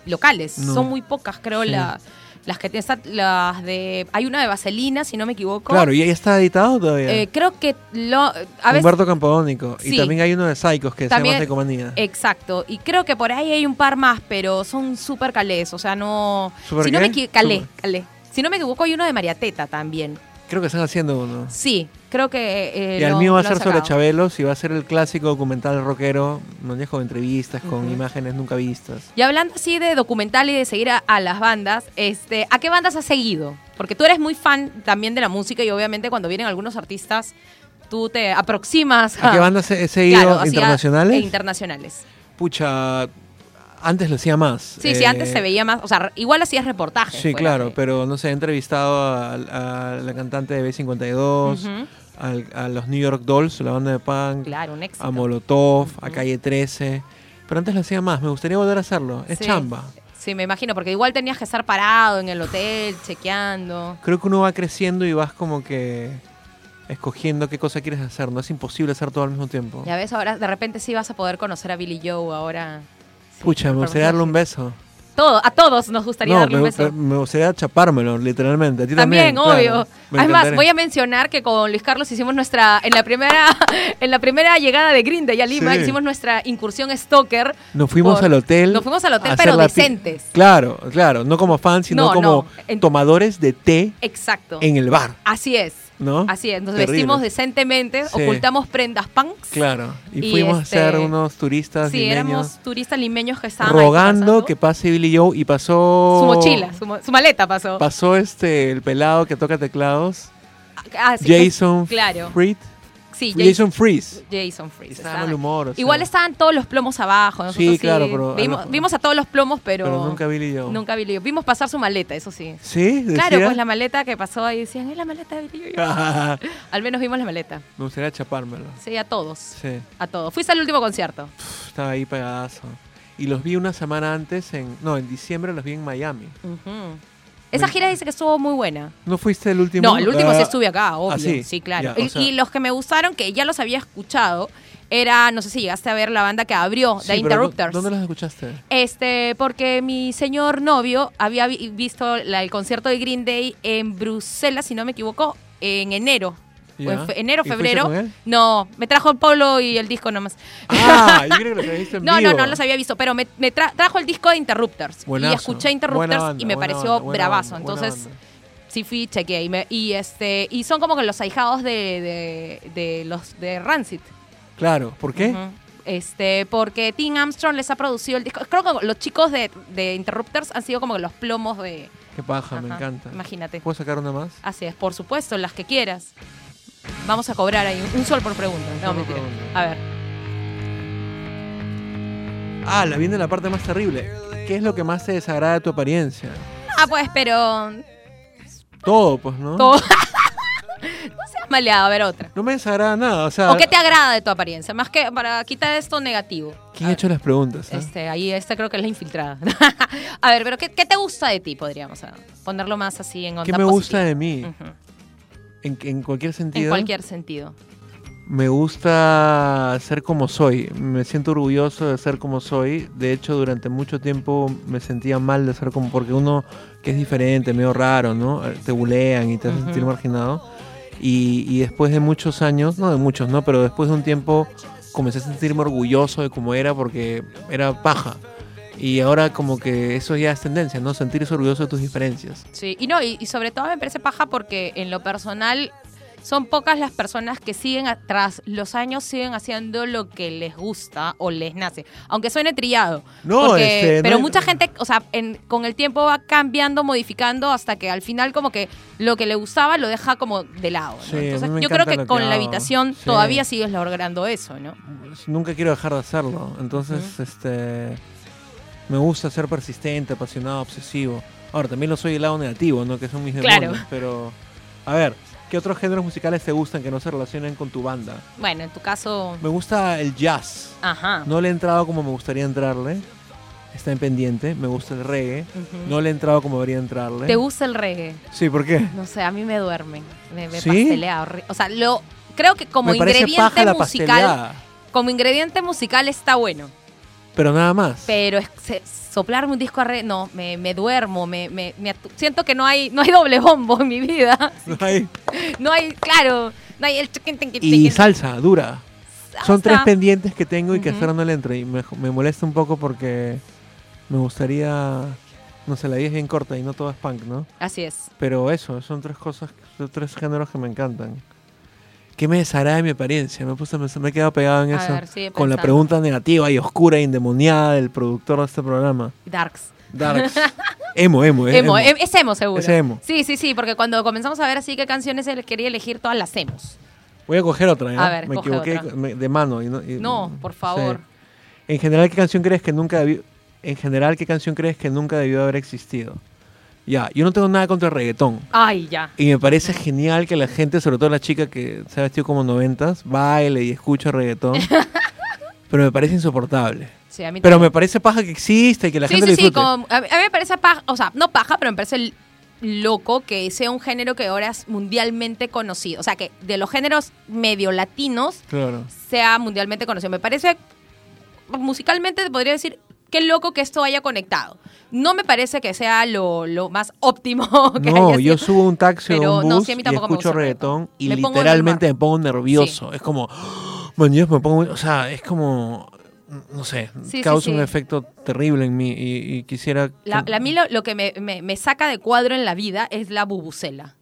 locales.
No.
Son muy pocas, creo,
Sí.
la- las que tienen, las de... Hay una de Vaselina, si no me equivoco.
Claro, y ahí está editado todavía.
Eh, creo que lo, a veces
Humberto Campodónico.
Sí.
Y también hay uno de Psychos que
También-
se llama Tecomanía.
Exacto, y creo que por ahí hay un par más, pero son súper calés, o sea, no...
¿Súper
si no
qué?
me equi- calé,
Súper.
calé. Si no me equivoco, hay uno de María Teta también.
Creo que están haciendo uno.
Sí, creo que... eh,
Y el
lo-
mío va a
lo
ser
han
sobre
sacado.
Chabelos y va a ser el clásico documental rockero, manejo con entrevistas, con
Ujú.
imágenes nunca vistas.
Y hablando así de documental y de seguir a, a las bandas, este, ¿a qué bandas has seguido? Porque tú eres muy fan también de la música y obviamente cuando vienen algunos artistas, tú te aproximas
¿A qué bandas he, he seguido
Ah. Claro, así a-
internacionales?
e internacionales.
Pucha, antes lo hacía más.
Sí, sí,
Eh,
antes se veía más, o sea, igual hacías reportajes.
Sí,
pues,
claro,
de-
pero no sé, he entrevistado a, a la cantante de B52,
Ujú.
al- a los New York Dolls, la banda de punk,
Claro, un éxito.
a Molotov, a Calle 13, pero antes lo hacía más, me gustaría volver a hacerlo, es
Sí.
chamba.
Sí, me imagino, porque igual tenías que estar parado en el hotel, chequeando.
creo que uno va creciendo y vas como que escogiendo qué cosa quieres hacer. No es imposible hacer todo al mismo tiempo.
Ya ves, ahora de repente sí vas a poder conocer a Billy Joe ahora. Sí,
Pucha, me
por
gustaría darle un
personaje.
beso.
Todo, a todos nos gustaría
No,
darle
me,
un beso.
me- me gustaría chapármelo, literalmente. A ti
También,
también,
obvio.
claro. Me
Además,
encantaría.
voy a mencionar que con Luis Carlos hicimos nuestra, en la primera, en la primera llegada de Green Day a Lima,
Sí.
hicimos nuestra incursión stalker.
Nos fuimos
por-
al hotel.
Nos fuimos al hotel,
a hacer
pero
la pi-
decentes.
Claro, claro. No como fans, sino
No,
como
no, en-
tomadores de té
Exacto.
en el bar,
Así es.
¿no?
Así es. Nos
Terrible.
vestimos decentemente,
Sí.
ocultamos prendas punks.
Claro. Y,
Y
fuimos
este-
a ser unos turistas
Sí,
limeños
éramos turistas limeños que estaban ahí
rogando
pasando.
que pase Billy Joe y pasó...
su mochila, su, mo- su maleta pasó.
Pasó este, el pelado que toca teclados.
Ah, sí,
Jason
claro.
Fried.
Sí, Jason,
Jason Freeze.
Jason Freeze.
Estaba
estaba
mal humor, o sea.
Igual estaban todos los plomos abajo. nosotros
Sí, claro, pero a
vimos,
lo-
vimos a todos los plomos, pero,
Pero nunca Billy Joe.
nunca vi lío. Vimos pasar su maleta, eso sí.
¿Sí?
Claro,
¿Decía?
pues la maleta que pasó ahí decían, es la maleta de Billy Joe". Al menos vimos la maleta.
Me gustaría chapármelo.
Sí, a todos.
Sí.
A todos. Fuiste al último concierto.
Pff, estaba ahí pegadazo. Y los vi una semana antes en... No, en diciembre los vi en Miami.
Ujú. Esa gira dice que estuvo muy buena.
¿No fuiste el último?
No, el último
Ah,
sí estuve acá, obvio.
ah,
sí?
sí.
claro.
Ya, o
Y-
sea-
y los que me gustaron, que ya los había escuchado, era, no sé si llegaste a ver la banda que abrió,
sí,
The
pero
Interrupters.
¿dó- ¿Dónde los escuchaste?
Este, porque mi señor novio había vi- visto la- el concierto de Green Day en Bruselas, si no me equivoco, en enero. O en
Ya.
fe- enero,
¿Y fuiste
febrero.
con él?
No, me trajo el Pablo y el disco nomás.
Ah, yo creo que los había visto en
No, no,
vivo.
no los había visto, pero me, me tra- trajo el disco de Interrupters. Y
Buenazo.
escuché
Buena
Interrupters
banda,
y me
buena
pareció
banda, buena
bravazo.
banda, buena
Entonces,
banda.
sí fui, chequeé. Y, me- y este, y son como que los ahijados de, de- de los de Rancid.
Claro, ¿por qué?
Ujú. Este, porque Tim Armstrong les ha producido el disco. Creo que los chicos de, de Interrupters han sido como que los plomos de.
Qué paja, Ah, me
Ajá,
encanta.
Imagínate.
¿Puedo sacar una más?
Así es, por supuesto, las que quieras. Vamos a cobrar ahí un sol por pregunta. No,
sol por
mentira.
pregunta.
A ver.
Ah, la viene la parte más terrible. ¿Qué es lo que más te desagrada de tu apariencia?
Ah, pues, pero.
Todo, pues, ¿no?
Todo. no seas maleado, a ver otra.
No me desagrada nada, o sea...
¿O qué te agrada de tu apariencia? Más que para quitar esto negativo.
¿Quién
A
ha
ver,
hecho las preguntas? ah?
Este, ahí esta creo que es la infiltrada. a ver, pero ¿qué, qué te gusta de ti? Podríamos ah, ponerlo más así en onda Mm.
¿Qué me gusta de mí?
positiva. Ujú.
En, en cualquier sentido.
En cualquier sentido.
Me gusta ser como soy, me siento orgulloso de ser como soy. De hecho, durante mucho tiempo me sentía mal de ser como, porque uno que es diferente, medio raro, ¿no? Te bulean y te hacen
Ujú.
sentir marginado. Y, y después de muchos años, no de muchos, ¿no? Pero después de un tiempo comencé a sentirme orgulloso de cómo era porque era paja. Y ahora como que eso ya es tendencia, ¿no? Sentirse orgulloso de tus diferencias.
Sí, y no, y, y sobre todo me parece paja porque en lo personal son pocas las personas que siguen atrás los años, siguen haciendo lo que les gusta o les nace. Aunque suene trillado.
No,
porque-
este, no
pero
hay-
mucha gente, o sea, en- con el tiempo va cambiando, modificando, hasta que al final como que lo que le gustaba lo deja como de lado. ¿no?
Sí, a mí
Entonces
me
yo creo
encanta
que,
lo que
con la
hago.
habitación
Sí.
todavía sigues logrando eso, ¿no?
nunca quiero dejar de hacerlo. Entonces, este me gusta ser persistente, apasionado, obsesivo. Ahora, también lo soy del lado negativo, ¿no? Que son mis
Claro.
demonios. Pero, a ver, ¿qué otros géneros musicales te gustan que no se relacionen con tu banda?
Bueno, en tu caso...
Me gusta el jazz.
Ajá.
No le he entrado como me gustaría entrarle. Está en pendiente. Me gusta el reggae.
Ujú.
No eh. le he entrado como debería entrarle.
¿Te gusta el reggae?
Sí, ¿por qué?
No sé, a mí me duermen. Me, me
¿Sí?
pastelea horri- O sea, lo, creo que como
me parece
ingrediente
paja la
musical.
pasteleada.
Como ingrediente musical está bueno.
Pero nada más.
Pero es- se- soplarme un disco a re- No, me, me duermo. Me, me- me atu- siento que no hay, no hay doble bombo en mi vida.
No hay-
No hay, claro. No hay el chiquin, tiquin,
Y
tiquin,
salsa, dura. Son tres
salsa.
pendientes que tengo y que
Ujú.
hasta ahora no le entre. Y me, me molesta un poco porque me gustaría. No sé, la vida es bien corta y no todo es punk, ¿no?
Así es.
Pero eso, son tres cosas, son tres géneros que me encantan. ¿Qué me desagrada de mi apariencia? Me, puse a pensar- me he quedado pegado en
A
eso.
ver, sigue
con la
pensando.
pregunta negativa y oscura y endemoniada del productor de este programa.
Darks.
Darks. emo, emo, eh,
Emo,
emo.
em- es emo seguro.
Es emo.
Sí, sí, sí, porque cuando comenzamos a ver así qué canciones él quería elegir, todas las hemos.
Voy a coger otra, ¿ya?
A ver,
me
coge
equivoqué
otra.
me- de mano. Y no, y-
No, por favor.
sí. En general, ¿qué canción crees que nunca debió, en general, ¿qué canción crees que nunca debió haber existido? Ya, yo no tengo nada contra el reggaetón.
Ay, ya.
Y me parece
Mm.
genial que la gente, sobre todo la chica que se ha vestido como noventas, baile y escucha reggaetón. pero me parece insoportable.
Sí, a mí
Pero me parece paja que existe y que la
sí,
gente
sí,
lo
sí,
disfrute.
como, a, mí, a mí me parece paja, o sea, no paja, pero me parece l- loco que sea un género que ahora es mundialmente conocido. O sea, que de los géneros medio latinos
Claro.
sea mundialmente conocido. Me parece, musicalmente te podría decir, qué loco que esto haya conectado. No me parece que sea lo, lo más óptimo que haya
No,
sido.
yo subo un taxi o
Pero
un bus
no, sí, a mí
y
tampoco me
escucho
gusta el
reggaetón y
Me pongo de mal
literalmente
humor.
me pongo nervioso. Es como, ¡Ah! man, Dios, me pongo, o sea, es como, no sé,
Sí, sí,
causa un
sí.
efecto terrible en mí y, y quisiera...
La,
que-
la- a mí lo, lo que me, me- me saca de cuadro en la vida es la bubucela.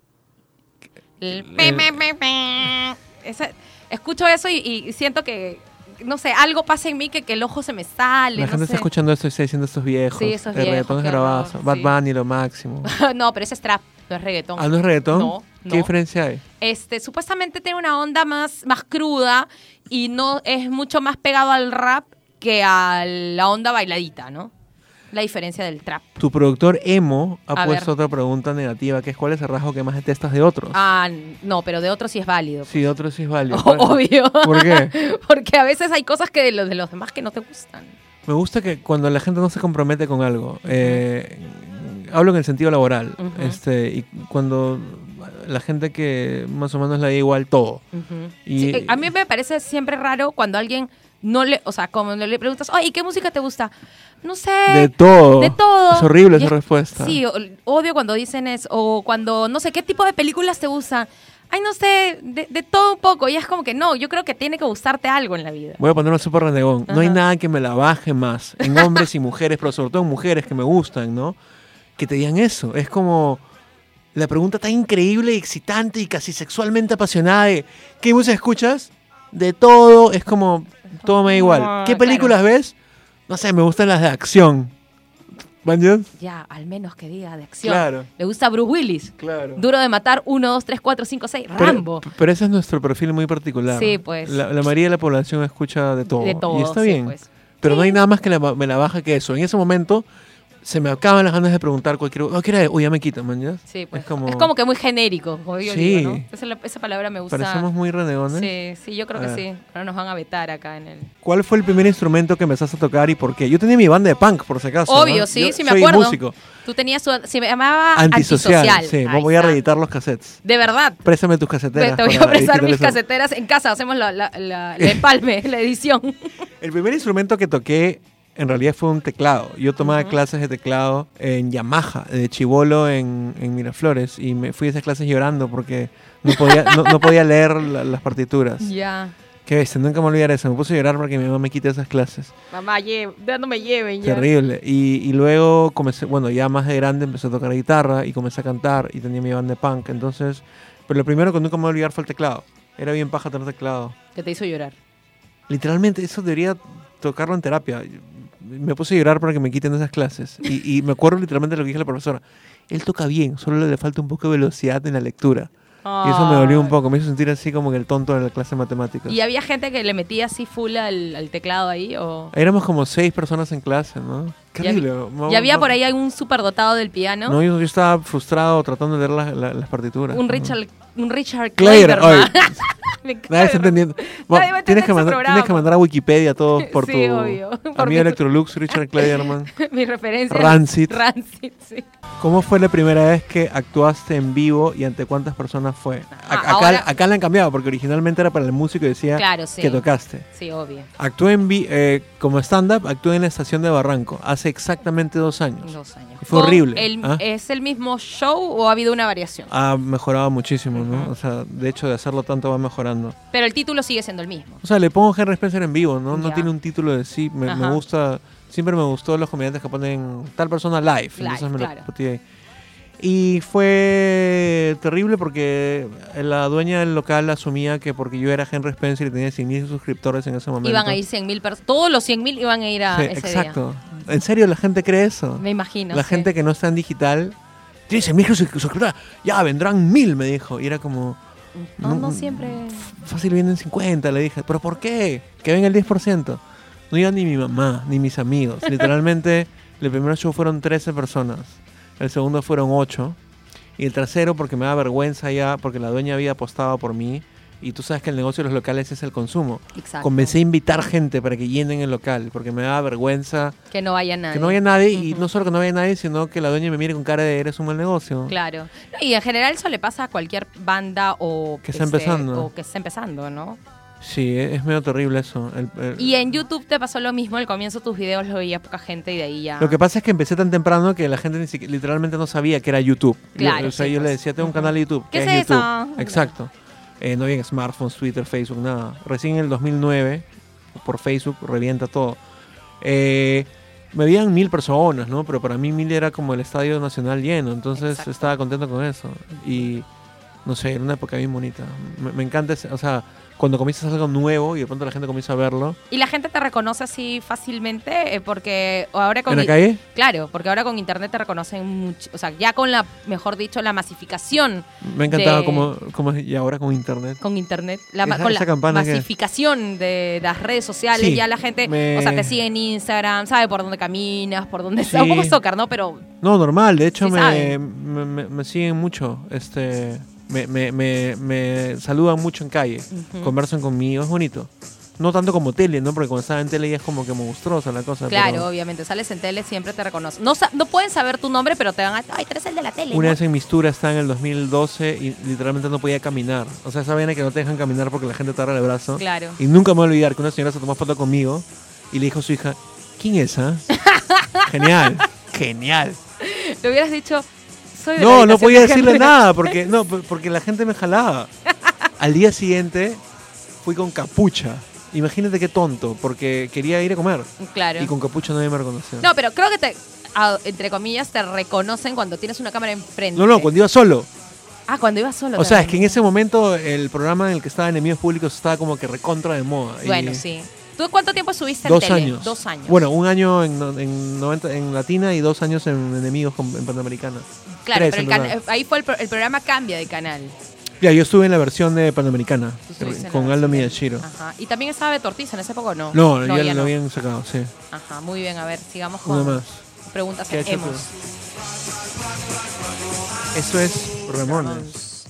El pe, pe, pe, pe. Esa- escucho eso y, y siento que, no sé, algo pasa en mí que, que el ojo se me sale.
la
no
gente
sé.
está escuchando esto y está diciendo estos viejos.
Sí, esos
el reggaetón
viejos,
es
qué
grabado.
horror,
Bad
sí.
Bunny lo máximo.
no, pero ese es trap, no es reggaetón.
¿Ah, no es reggaetón?
No,
¿Qué
no.
diferencia hay?
Este, supuestamente tiene una onda más, más cruda y no es mucho más pegado al rap que a la onda bailadita, ¿no? La diferencia del trap.
Tu productor Emo ha
A
puesto
ver.
otra pregunta negativa, que es ¿cuál es el rasgo que más detestas de otros?
Ah, no, pero de otro sí es válido.
Sí, otro sí es válido.
O- Obvio.
¿Por qué?
Porque a veces hay cosas que de los, de los demás que no te gustan.
Me gusta que cuando la gente no se compromete con algo, eh, hablo en el sentido laboral,
Ujú.
este, y cuando la gente que más o menos le da igual todo. Y-
Sí, eh, a mí me parece siempre raro cuando alguien no le, o sea, como no le preguntas, oye, ¿qué música te gusta? No sé.
De todo.
de todo.
Es horrible
Y
esa
es-
respuesta.
Sí, o- odio cuando dicen eso. O cuando, no sé, ¿qué tipo de películas te gustan? Ay, no sé, de, de todo un poco. Y es como que no, yo creo que tiene que gustarte algo en la vida.
Voy a ponerlo súper renegón. No hay
Ajá.
nada que me la baje más en hombres y mujeres, pero sobre todo en mujeres que me gustan, ¿no? Que te digan eso. Es como la pregunta tan increíble, y excitante y casi sexualmente apasionada de ¿qué música escuchas? De todo. Es como, todo me da
No,
igual. ¿Qué
Ah, claro.
películas ves? No sé, me gustan las de acción. ¿Bandión?
Ya, al menos que diga de acción.
Claro.
Le gusta Bruce Willis.
Claro.
Duro de matar 1, 2, 3, 4, 5, 6. Rambo.
Pero, pero ese es nuestro perfil muy particular.
Sí, pues.
La, la mayoría de la población escucha de todo.
de todo.
Y está
sí,
bien.
pues.
Pero no hay nada más que la- me la baja que eso. En ese momento, se me acaban las ganas de preguntar cualquier. Oh, ¿qué era? Uy, ya me quitan, man. ¿ya?
Sí, pues, es, como... es como que muy genérico, como yo
Sí.
digo, ¿no? Esa, esa palabra me gusta.
Parecemos muy renegones.
Sí, sí, yo creo
A
que
ver.
sí. Ahora nos van a vetar acá en el...
¿Cuál fue el primer instrumento que empezaste a tocar y por qué? Yo tenía mi banda de punk, por si acaso. ¿no?
Obvio, sí,
Yo
sí me
soy
acuerdo.
músico.
Tú tenías su... Se llamaba
Antisocial. Sí,
Ahí
voy a
está.
reeditar los cassettes.
De verdad.
Préstame tus
Te
caseteras.
voy a
para
prestar mis
digitalizar.
caseteras en casa. Hacemos la, la, la- el empalme, la edición.
El primer instrumento que toqué en realidad fue un teclado. Yo tomaba clases de teclado en Yamaha, de chivolo en, en Miraflores, y me fui a esas clases llorando porque no podía, no, no podía leer la- las partituras.
ya.
Qué bestia, nunca me olvidaré eso. Me puse a llorar porque mi mamá me quita esas clases.
Mamá, lle- ya no me lleven ya.
Terrible. Y, y luego comencé, bueno, ya más de grande empecé a tocar guitarra y comencé a cantar y tenía mi banda de punk. Entonces, pero lo primero que nunca me voy a olvidar fue el teclado. Era bien paja tener teclado.
Que te hizo llorar.
Literalmente, eso debería tocarlo en terapia. Me puse a llorar para que me quiten esas clases. Y, y me acuerdo literalmente de lo que dije la profesora. Él toca bien, solo le falta un poco de velocidad en la lectura. Y eso me dolió un poco, me hizo sentir así como que el tonto en la clase de matemáticas.
Ah. ¿Y había gente que le metía así full al, al teclado ahí? o
Éramos como seis personas en clase, ¿no? Qué
¿Y hab-
horrible.
¿Y
Ma-
había
ma-
por ahí algún superdotado del piano?
¿No? yo, yo estaba frustrado tratando de leer la- la- las partituras.
Un
¿no?
Richard, un Richard
Claire,
Kleiberman.
ay.
Me
Nadie está
cago.
entendiendo.
va a
Bueno, tienes,
entender
que
este
mandar,
programa.
tienes que mandar a Wikipedia a todos por
Sí,
tu
obvio. Por
amigo
mi-
Electrolux, Richard Kleiderman.
Mi referencia.
Rancid.
Rancid, sí.
¿Cómo fue la primera vez que actuaste en vivo y ante cuántas personas fue? A-
Ah,
acá,
ahora-
acá la han cambiado porque originalmente era para el músico y decía
Claro, sí.
que tocaste.
Sí, obvio.
Actué en vi- eh, como stand-up, actué en la estación de Barranco hace exactamente dos años.
Dos años.
Fue
¿Con
horrible,
el-
¿ah?
¿Es el mismo show o ha habido una variación?
Ha mejorado muchísimo, ¿no? O sea, de hecho de hacerlo tanto va mejorando.
Pero el título sigue siendo el mismo.
O sea, le pongo Henry Spencer en vivo, ¿no? No
Ya.
tiene un título de sí. Me, me
Ajá.
gusta. Siempre me gustó los comediantes que ponen tal persona live. entonces me
claro.
lo putí ahí. Y fue terrible porque la dueña del local asumía que porque yo era Henry Spencer y tenía 100.000 suscriptores en ese momento.
Iban a ir 100.000 personas. Todos los 100.000 iban a ir a
Sí,
ese
exacto. ¿En serio la gente cree eso?
día. Me imagino.
la
sí.
gente que no está en digital. Tiene 100.000 sus- suscriptores. Ya, vendrán mil, me dijo. Y era como.
No, no siempre.
Fácil vienen 50, le dije. ¿Pero por qué? Que venga el 10%. No iba ni mi mamá, ni mis amigos. Literalmente, el primer show fueron 13 personas. El segundo fueron 8. Y el tercero, porque me da vergüenza ya, porque la dueña había apostado por mí. Y tú sabes que el negocio de los locales es el consumo.
Exacto.
Comencé a invitar gente para que llenen el local, porque me da vergüenza
Que no vaya nadie.
que no haya nadie. Y
Ujú.
no solo que no haya nadie, sino que la dueña me mire con cara de eres un mal negocio.
Claro. No, Y en general eso le pasa a cualquier banda o
Que está empezando.
O que está empezando, ¿no?
Sí, e, es medio terrible eso. El- el-
Y en YouTube te pasó lo mismo. Al comienzo tus videos los veía poca gente y de ahí ya.
Lo que pasa es que empecé tan temprano que la gente ni siquiera- literalmente no sabía que era YouTube. Yo-
Claro,
o sea,
sí,
yo le
pues.
decía, tengo un canal de YouTube.
¿Qué
que
es
YouTube.
eso?
Exacto. Eh, no había smartphones, Twitter, Facebook, nada. Recién en el 2009, por Facebook, revienta todo. Eh, me veían mil personas, ¿no? Pero para mí mil era como el Estadio Nacional lleno. Entonces
Exacto.
estaba contento con eso. Y no sé, era una época bien bonita. Me, me encanta, ese- o sea, cuando comienzas algo nuevo y de pronto la gente comienza a verlo.
Y la gente te reconoce así fácilmente eh, porque ahora con
¿En la
i-
calle?
Claro, porque ahora con internet te reconocen mucho, o sea, ya con la, mejor dicho, la masificación
Me encantaba
de-
como, como es- y ahora con internet.
con internet, la, ma-
Esa-
con
esa
la
campana que-
masificación de las redes sociales,
Sí,
ya la gente,
me-
o sea, te sigue en Instagram, sabe por dónde caminas, por dónde
Sí. Ah,
un poco soccer, ¿no? Pero
No, normal, de hecho
Sí
me,
saben.
me, me- me siguen mucho, este, me, me, me- me saludan mucho en calle, conversan conmigo, es bonito. No tanto como tele, ¿no? Porque cuando estaba en tele ya es como que monstruosa la cosa.
claro,
pero
obviamente, sales en tele, siempre te reconocen. No, sa- no pueden saber tu nombre, pero te van a, ay, tú eres el de la tele.
Una
¿no?
vez en Mistura estaba en el 2012 y literalmente no podía caminar. O sea, esa vaina que no te dejan caminar porque la gente te agarra el brazo.
Claro.
Y nunca me voy a olvidar que una señora se tomó foto conmigo y le dijo a su hija, ¿quién es esa? Genial, genial.
Te hubieras dicho, soy de la
No, no
habitación
podía
de
decirle
Henry.
nada porque no, por- porque la gente me jalaba. Al día siguiente fui con capucha. Imagínate qué tonto, porque quería ir a comer
Claro.
y con capucha nadie me reconoció.
No, pero creo que te, a- entre comillas, te reconocen cuando tienes una cámara enfrente.
No, no, cuando iba solo.
Ah, cuando ibas pues, solo.
O sea, es que
también.
en ese momento el programa en el que estaba Enemigos Públicos estaba como que recontra de moda. y
Bueno, sí. ¿Tú cuánto tiempo estuviste
Dos
en tele?
años.
Dos años.
Bueno, un año en, no- en, 90 en Latina y dos años en Enemigos con- en Panamericana.
claro,
tres,
pero el
en
cana-
verdad.
ahí fue el, pro- el programa cambia de canal.
Ya, yo estuve en la versión de Panamericana
Tú estuviste en
con
la
Aldo
versión.
Miyashiro.
Ajá. Y también estaba de Tortiza en esa época, ¿o no?
No, ya
ya
lo habían sacado, sí.
Ajá, muy bien. A ver, sigamos con...
Una más.
preguntas
¿Qué ha hecho
hemos.
tú? Eso es Ramones.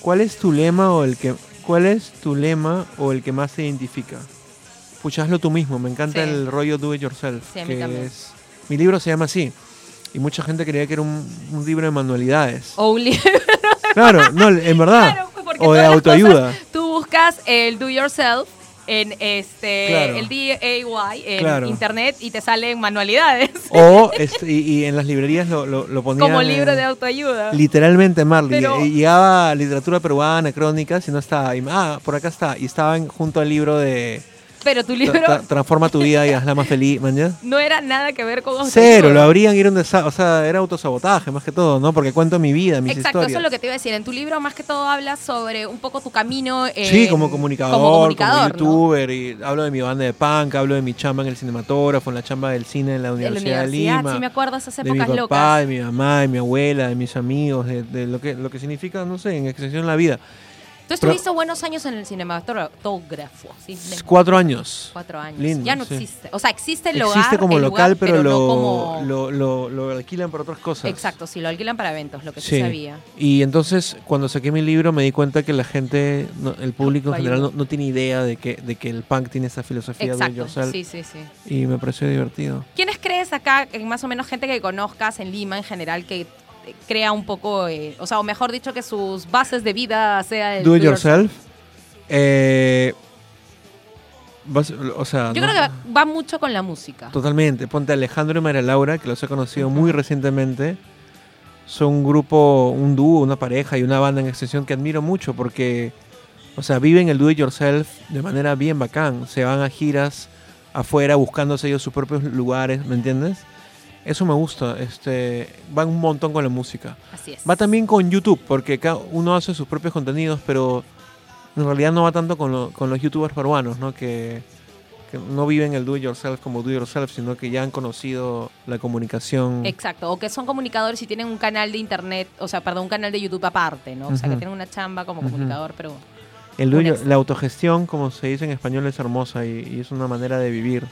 ¿Cuál es tu lema o el que cuál es tu lema o el que más te identifica? Pucha, hazlo tú mismo. Me encanta
Sí.
el rollo do it yourself.
Sí, a mí
que
también.
es- mi libro se llama así. Y mucha gente creía que era un, un libro de manualidades.
O un libro.
Claro, no, en verdad.
Oh. Claro, pues, porque
Ah, o de
todas las
autoayuda.
cosas, tú buscas el do yourself en este
Claro.
el DIY en
Claro.
internet y te salen manualidades
O este, y, y en las librerías lo, lo, lo ponían.
como
en-
libro de autoayuda.
Literalmente, Marley.
Pero-
Y- y Llegaba a literatura peruana, crónicas, y no estaba. y- ah, por acá está. Y estaban junto al libro de
Pero tu
tra-
libro
tra- Transforma tu vida y hazla más feliz, mañana.
no era nada que ver con autoayuda.
Cero, lo abrían y era un desa- O sea, era autosabotaje más que todo, ¿no? Porque cuento mi vida, mis
Exacto,
historias.
eso es lo que te iba a decir. En tu libro más que todo hablas sobre un poco tu camino eh,
Sí, como comunicador, como,
comunicador, ¿no?
youtuber, y hablo de mi banda de punk, hablo de mi chamba en el cinematógrafo, en la chamba del cine en la
de la
Universidad de,
universidad,
Lima.
sí me acuerdo esas
de mi
épocas
papá,
locas.
de mi mamá, de mi abuela, de mis amigos, de, de lo que lo que significa, no sé, en extensión la vida.
Tú estuviste buenos años en el cinematógrafo, sí, me-
Cuatro años.
cuatro años.
Lindo,
ya no
sí.
existe. O sea, existe el hogar,
Existe como
el
local,
lugar,
pero,
no
lo,
como-
lo, lo- lo alquilan para otras cosas.
Exacto, sí, lo alquilan para eventos, lo que
Sí.
sí sabía.
Y entonces, cuando saqué mi libro, me di cuenta que la gente, no- el público en
Ayuda.
general, no, no tiene idea de que, de que el punk tiene esa filosofía de
Exacto,
yourself.
sí, sí, sí.
Y me pareció divertido.
¿Quiénes crees acá, eh, más o menos gente que conozcas en Lima en general, que eh, crea un poco, eh, o sea, o mejor dicho, que sus bases de vida sea el
Do it yourself. eh, vas- o sea,
Yo
no-
creo que va, va mucho con la música.
Totalmente. Ponte Alejandro y María Laura, que los he conocido muy recientemente. Son un grupo, un dúo, una pareja y una banda en extensión que admiro mucho porque, o sea, viven el do it yourself de manera bien bacán. Se van a giras afuera buscándose ellos sus propios lugares, ¿me entiendes? Eso me gusta. Este, van un montón con la música.
Así es.
Va también con YouTube, porque cada uno hace sus propios contenidos, pero en realidad no va tanto con, lo- con los youtubers peruanos, ¿no? Que, que no viven el do it yourself como do it yourself, sino que ya han conocido la comunicación.
Exacto, o que son comunicadores y tienen un canal de internet, o sea, perdón, un canal de YouTube aparte, ¿no? O sea, que
Ujú.
tienen una chamba como
Ujú.
comunicador, pero
El do it
un
your- la autogestión, como se dice en español, es hermosa y, y es una manera de vivir.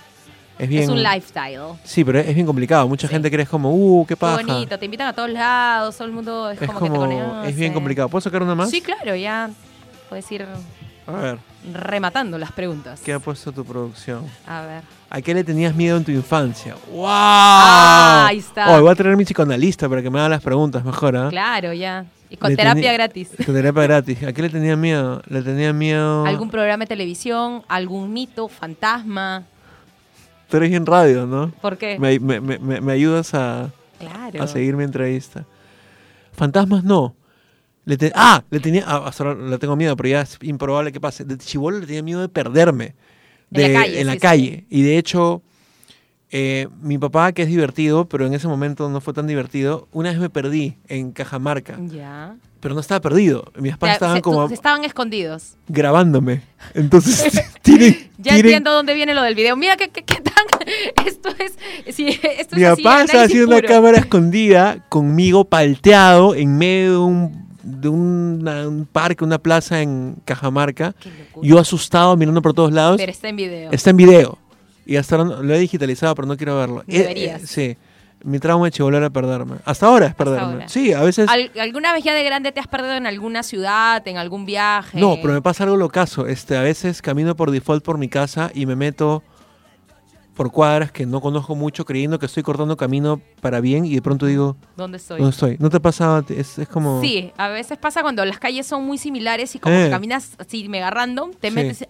Es bien.
es un lifestyle.
Sí, pero es, es bien complicado. Mucha
Sí.
gente cree es como, uh, qué
Qué
paja.
bonito, te invitan a todos lados, todo el mundo es,
Es
como, que te
como,
conoce.
es bien complicado. ¿Puedo sacar una más?
Sí, claro, ya puedes ir
A ver,
rematando las preguntas.
¿qué ha puesto tu producción?
A ver.
¿A qué le tenías miedo en tu infancia? ¡Wow!
Ah, ahí está.
Oh, voy a traer a mi psicoanalista para que me haga las preguntas mejor, ¿ah?
Claro, ya. Y con
Le
terapia
tenía-
gratis.
Con terapia gratis. ¿A qué le tenía miedo? Le tenía miedo...
¿Algún programa de televisión? ¿Algún mito? ¿Fantasma?
Tú eres bien radio, ¿no?
¿Por qué?
Me, me- me- me- me ayudas a,
Claro.
a seguir mi entrevista. Fantasmas no. Le te- Ah, le tenía... Ah, hasta ahora le tengo miedo, pero ya es improbable que pase. De chibolo le tenía miedo de perderme.
En la
de-
calle,
En la
sí, sí.
calle. Y de hecho... Eh, mi papá, que es divertido, pero en ese momento no fue tan divertido, una vez me perdí en Cajamarca,
Ya.
pero no estaba perdido.
O
Mis
sea,
papás estaban
Mm. se- tú-
como
se estaban escondidos.
grabándome. Entonces, tienen,
Ya
tienen-
entiendo dónde viene lo del video. Mira qué, qué, qué tan... Esto es... sí, esto
mi
es así,
papá estaba
análisis
haciendo una
puro.
cámara escondida conmigo palteado en medio de un, de una- un parque, una plaza en Cajamarca.
Qué locura.
Yo asustado, mirando por todos lados.
Pero está en video.
Está en video. Y hasta ahora no- lo he digitalizado, pero no quiero verlo. Eh, eh,
Deberías.
sí. Mi trauma de chivolo era perderme. Hasta ahora es perderme.
ahora.
Sí, a veces...
Al- ¿Alguna vez ya de grande te has perdido en alguna ciudad, en algún viaje?
No, pero me pasa algo locazo. Este, a veces camino por default por mi casa y me meto por cuadras que no conozco mucho creyendo que estoy cortando camino para bien y de pronto digo,
¿Dónde estoy?
¿dónde estoy? ¿No te pasa? Es, es como...
Sí, a veces pasa cuando las calles son muy similares y como
Eh.
que caminas así mega random, te
Sí.
metes...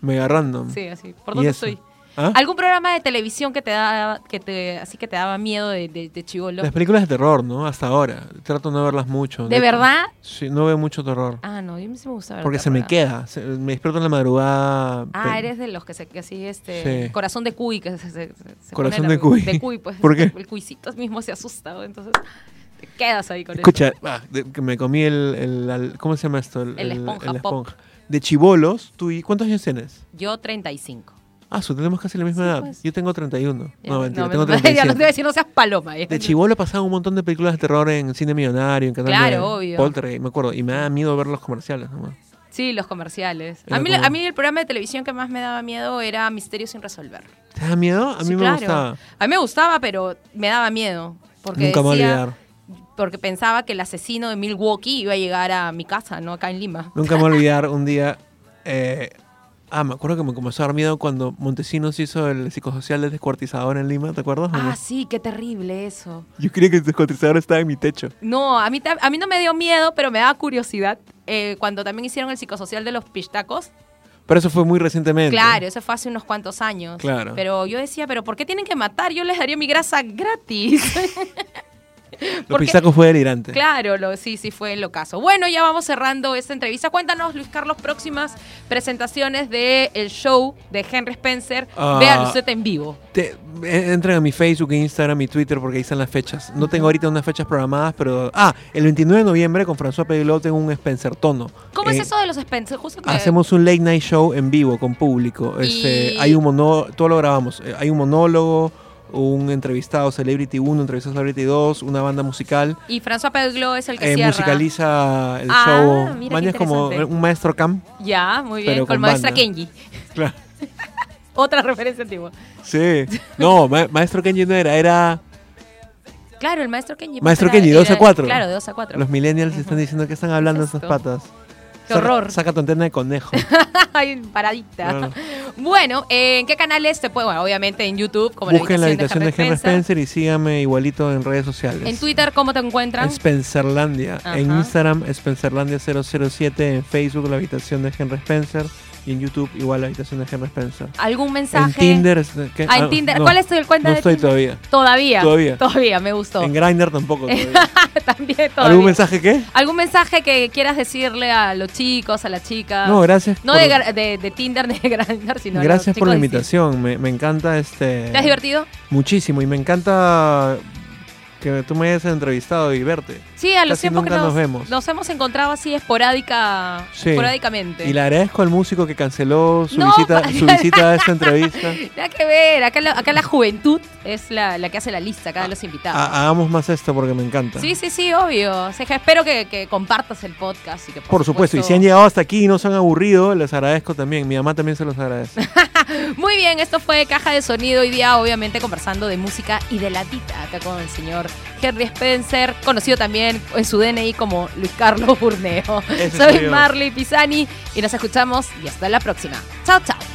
Me agarrando.
Sí, así. ¿Por
¿Y
dónde
eso?
estoy?
¿Ah?
¿Algún programa de televisión que te daba, que te, así que te daba miedo de, de, de chivolo?
Las películas de terror, ¿no? Hasta ahora. Trato de no verlas mucho.
¿De verdad?
Sí, no veo mucho terror.
Ah, no, yo sí me gusta ver
porque se me
terror.
queda. Se- me despierto en la madrugada.
Ah,
pe-
eres de los que se que así este
Sí.
corazón de cuy que se, se- se- se
Corazón
pone
de cuy.
de cuy pues
¿Por qué?
el cuicito mismo se asusta ¿no? entonces te quedas ahí con él.
Escucha, ah, de- que me comí el, el- al- ¿Cómo se llama esto?
El esponja pop.
De chibolos, ¿tú y cuántos años tienes?
Yo 35.
Ah, su, tenemos casi la misma
Sí,
edad.
pues.
Yo tengo 31.
Ya,
no, mentira,
me-
tengo
Ya no te voy a
37.
decir no seas paloma. ¿eh? ya.
De chivolo pasaba un montón de películas de terror en Cine Millonario, en Canal
Claro,
9,
obvio.
Poltergeist, me acuerdo. Y me da miedo ver los comerciales. nomás.
Sí, los comerciales. A
Era
mí, la-
como-
a mí el programa de televisión que más me daba miedo era Misterios sin resolver.
¿Te da miedo? A mí
Sí,
me
claro.
gustaba.
A mí me gustaba, pero me daba miedo. Porque
Nunca me voy a
decía-
olvidar.
Porque pensaba que el asesino de Milwaukee iba a llegar a mi casa, ¿no? Acá en Lima.
Nunca me voy a olvidar un día. eh, ah, me acuerdo que me comenzó a dar miedo cuando Montesinos hizo el psicosocial del descuartizador en Lima, ¿te acuerdas? o no?
Ah, sí, qué terrible eso.
Yo creía que el descuartizador estaba en mi techo.
No, a mí, ta- a mí no me dio miedo, pero me daba curiosidad. eh, cuando también hicieron el psicosocial de los pistacos.
Pero eso fue muy recientemente.
Claro, eso fue hace unos cuantos años.
Claro.
Pero yo decía, ¿pero por qué tienen que matar? Yo les daría mi grasa gratis.
Los
porque-
pistacos fue delirante.
claro, lo, sí, sí, fue el ocaso. Bueno, ya vamos cerrando esta entrevista. Cuéntanos, Luis Carlos, próximas presentaciones del el show de Henry Spencer.
Ah.
Vean usted en vivo.
Te- eh, entren a mi Facebook, Instagram y Twitter porque ahí están las fechas. No tengo ahorita unas fechas programadas, pero. Ah, el 29 de noviembre con François Pelot tengo un Spencer Tono.
¿Cómo
Eh,
es eso de los Spencer? Justo me-
Hacemos un late night show en vivo con público. Este,
Y-
Hay un monólogo, todo lo grabamos. Eh, Hay un monólogo, un entrevistado Celebrity 1, entrevistado Celebrity 2, una banda musical.
Y François Peglo es el que
Eh,
cierra.
musicaliza el
Ah, mira
show.
qué
Maña es como
interesante.
un maestro cam.
Ya, muy bien,
Pero
con,
con
maestra
banda.
Kenji.
Claro.
Otra referencia antigua.
Sí. No, ma- maestro Kenji no era, era.
Claro, el maestro Kenji. pues,
Maestro
Era-
Kenji, 2 a
era-
4.
Claro, de 2 a 4.
Los millennials están diciendo que están hablando
¿Qué es
esas
esto?
patas.
Qué
Saca-
horror.
Saca tu antena de conejo.
Ay, paradita.
Claro.
Bueno, eh, ¿en qué canales te puede? Bueno, obviamente en YouTube, como
Busquen la
habitación
habitación de Henry
Spencer.
Spencer y síganme igualito en redes sociales.
En Twitter, ¿cómo te encuentran?
Spencerlandia.
Ajá.
En Instagram, Spencerlandia007. En Facebook, La Habitación de Henry Spencer. Y en YouTube, igual La Habitación de Henry Spencer.
¿Algún
En
mensaje?
Tinder. es- ¿qué?
Ah, en
Ah,
Tinder.
no,
¿Cuál es tu cuenta
No
de
estoy
Tinder?
todavía.
Todavía.
Todavía.
me gustó.
En Grindr tampoco. todavía.
También todavía.
¿Algún mensaje qué?
¿Algún mensaje que quieras decirle a los chicos, a las chicas?
No, gracias.
Ah. No
por-
de, gra- de, de Tinder ni de Grindr, sino a los
gracias por
chicos
la
de-
invitación. Me, me encanta este.
¿Te has divertido?
Muchísimo. Y me encanta que tú me hayas entrevistado y verte.
Sí, a los
Casi
tiempos que
nunca
nos,
nos vemos.
nos hemos encontrado así esporádica,
Sí.
esporádicamente.
Y le agradezco al músico que canceló su
No,
visita,
para
su visita a esta entrevista.
Nada que ver, acá la, acá la juventud es la, la que hace la lista,
Ah,
acá de los invitados.
Ha- hagamos más esto porque me encanta.
Sí, sí, sí, obvio. O sea, que espero que, que compartas el podcast. Y que,
Por supuesto, y si han llegado hasta aquí y no se han aburrido, les agradezco también. Mi mamá también se los agradece.
Muy bien, esto fue Caja de Sonido. Hoy día, obviamente, conversando de música y de la vida. Acá con el señor Henry Spencer, conocido también en su DNI como Luis Carlos Burneo.
Ese soy
Soy
yo.
Marley Pisani y nos escuchamos y hasta la próxima. Chao, chao.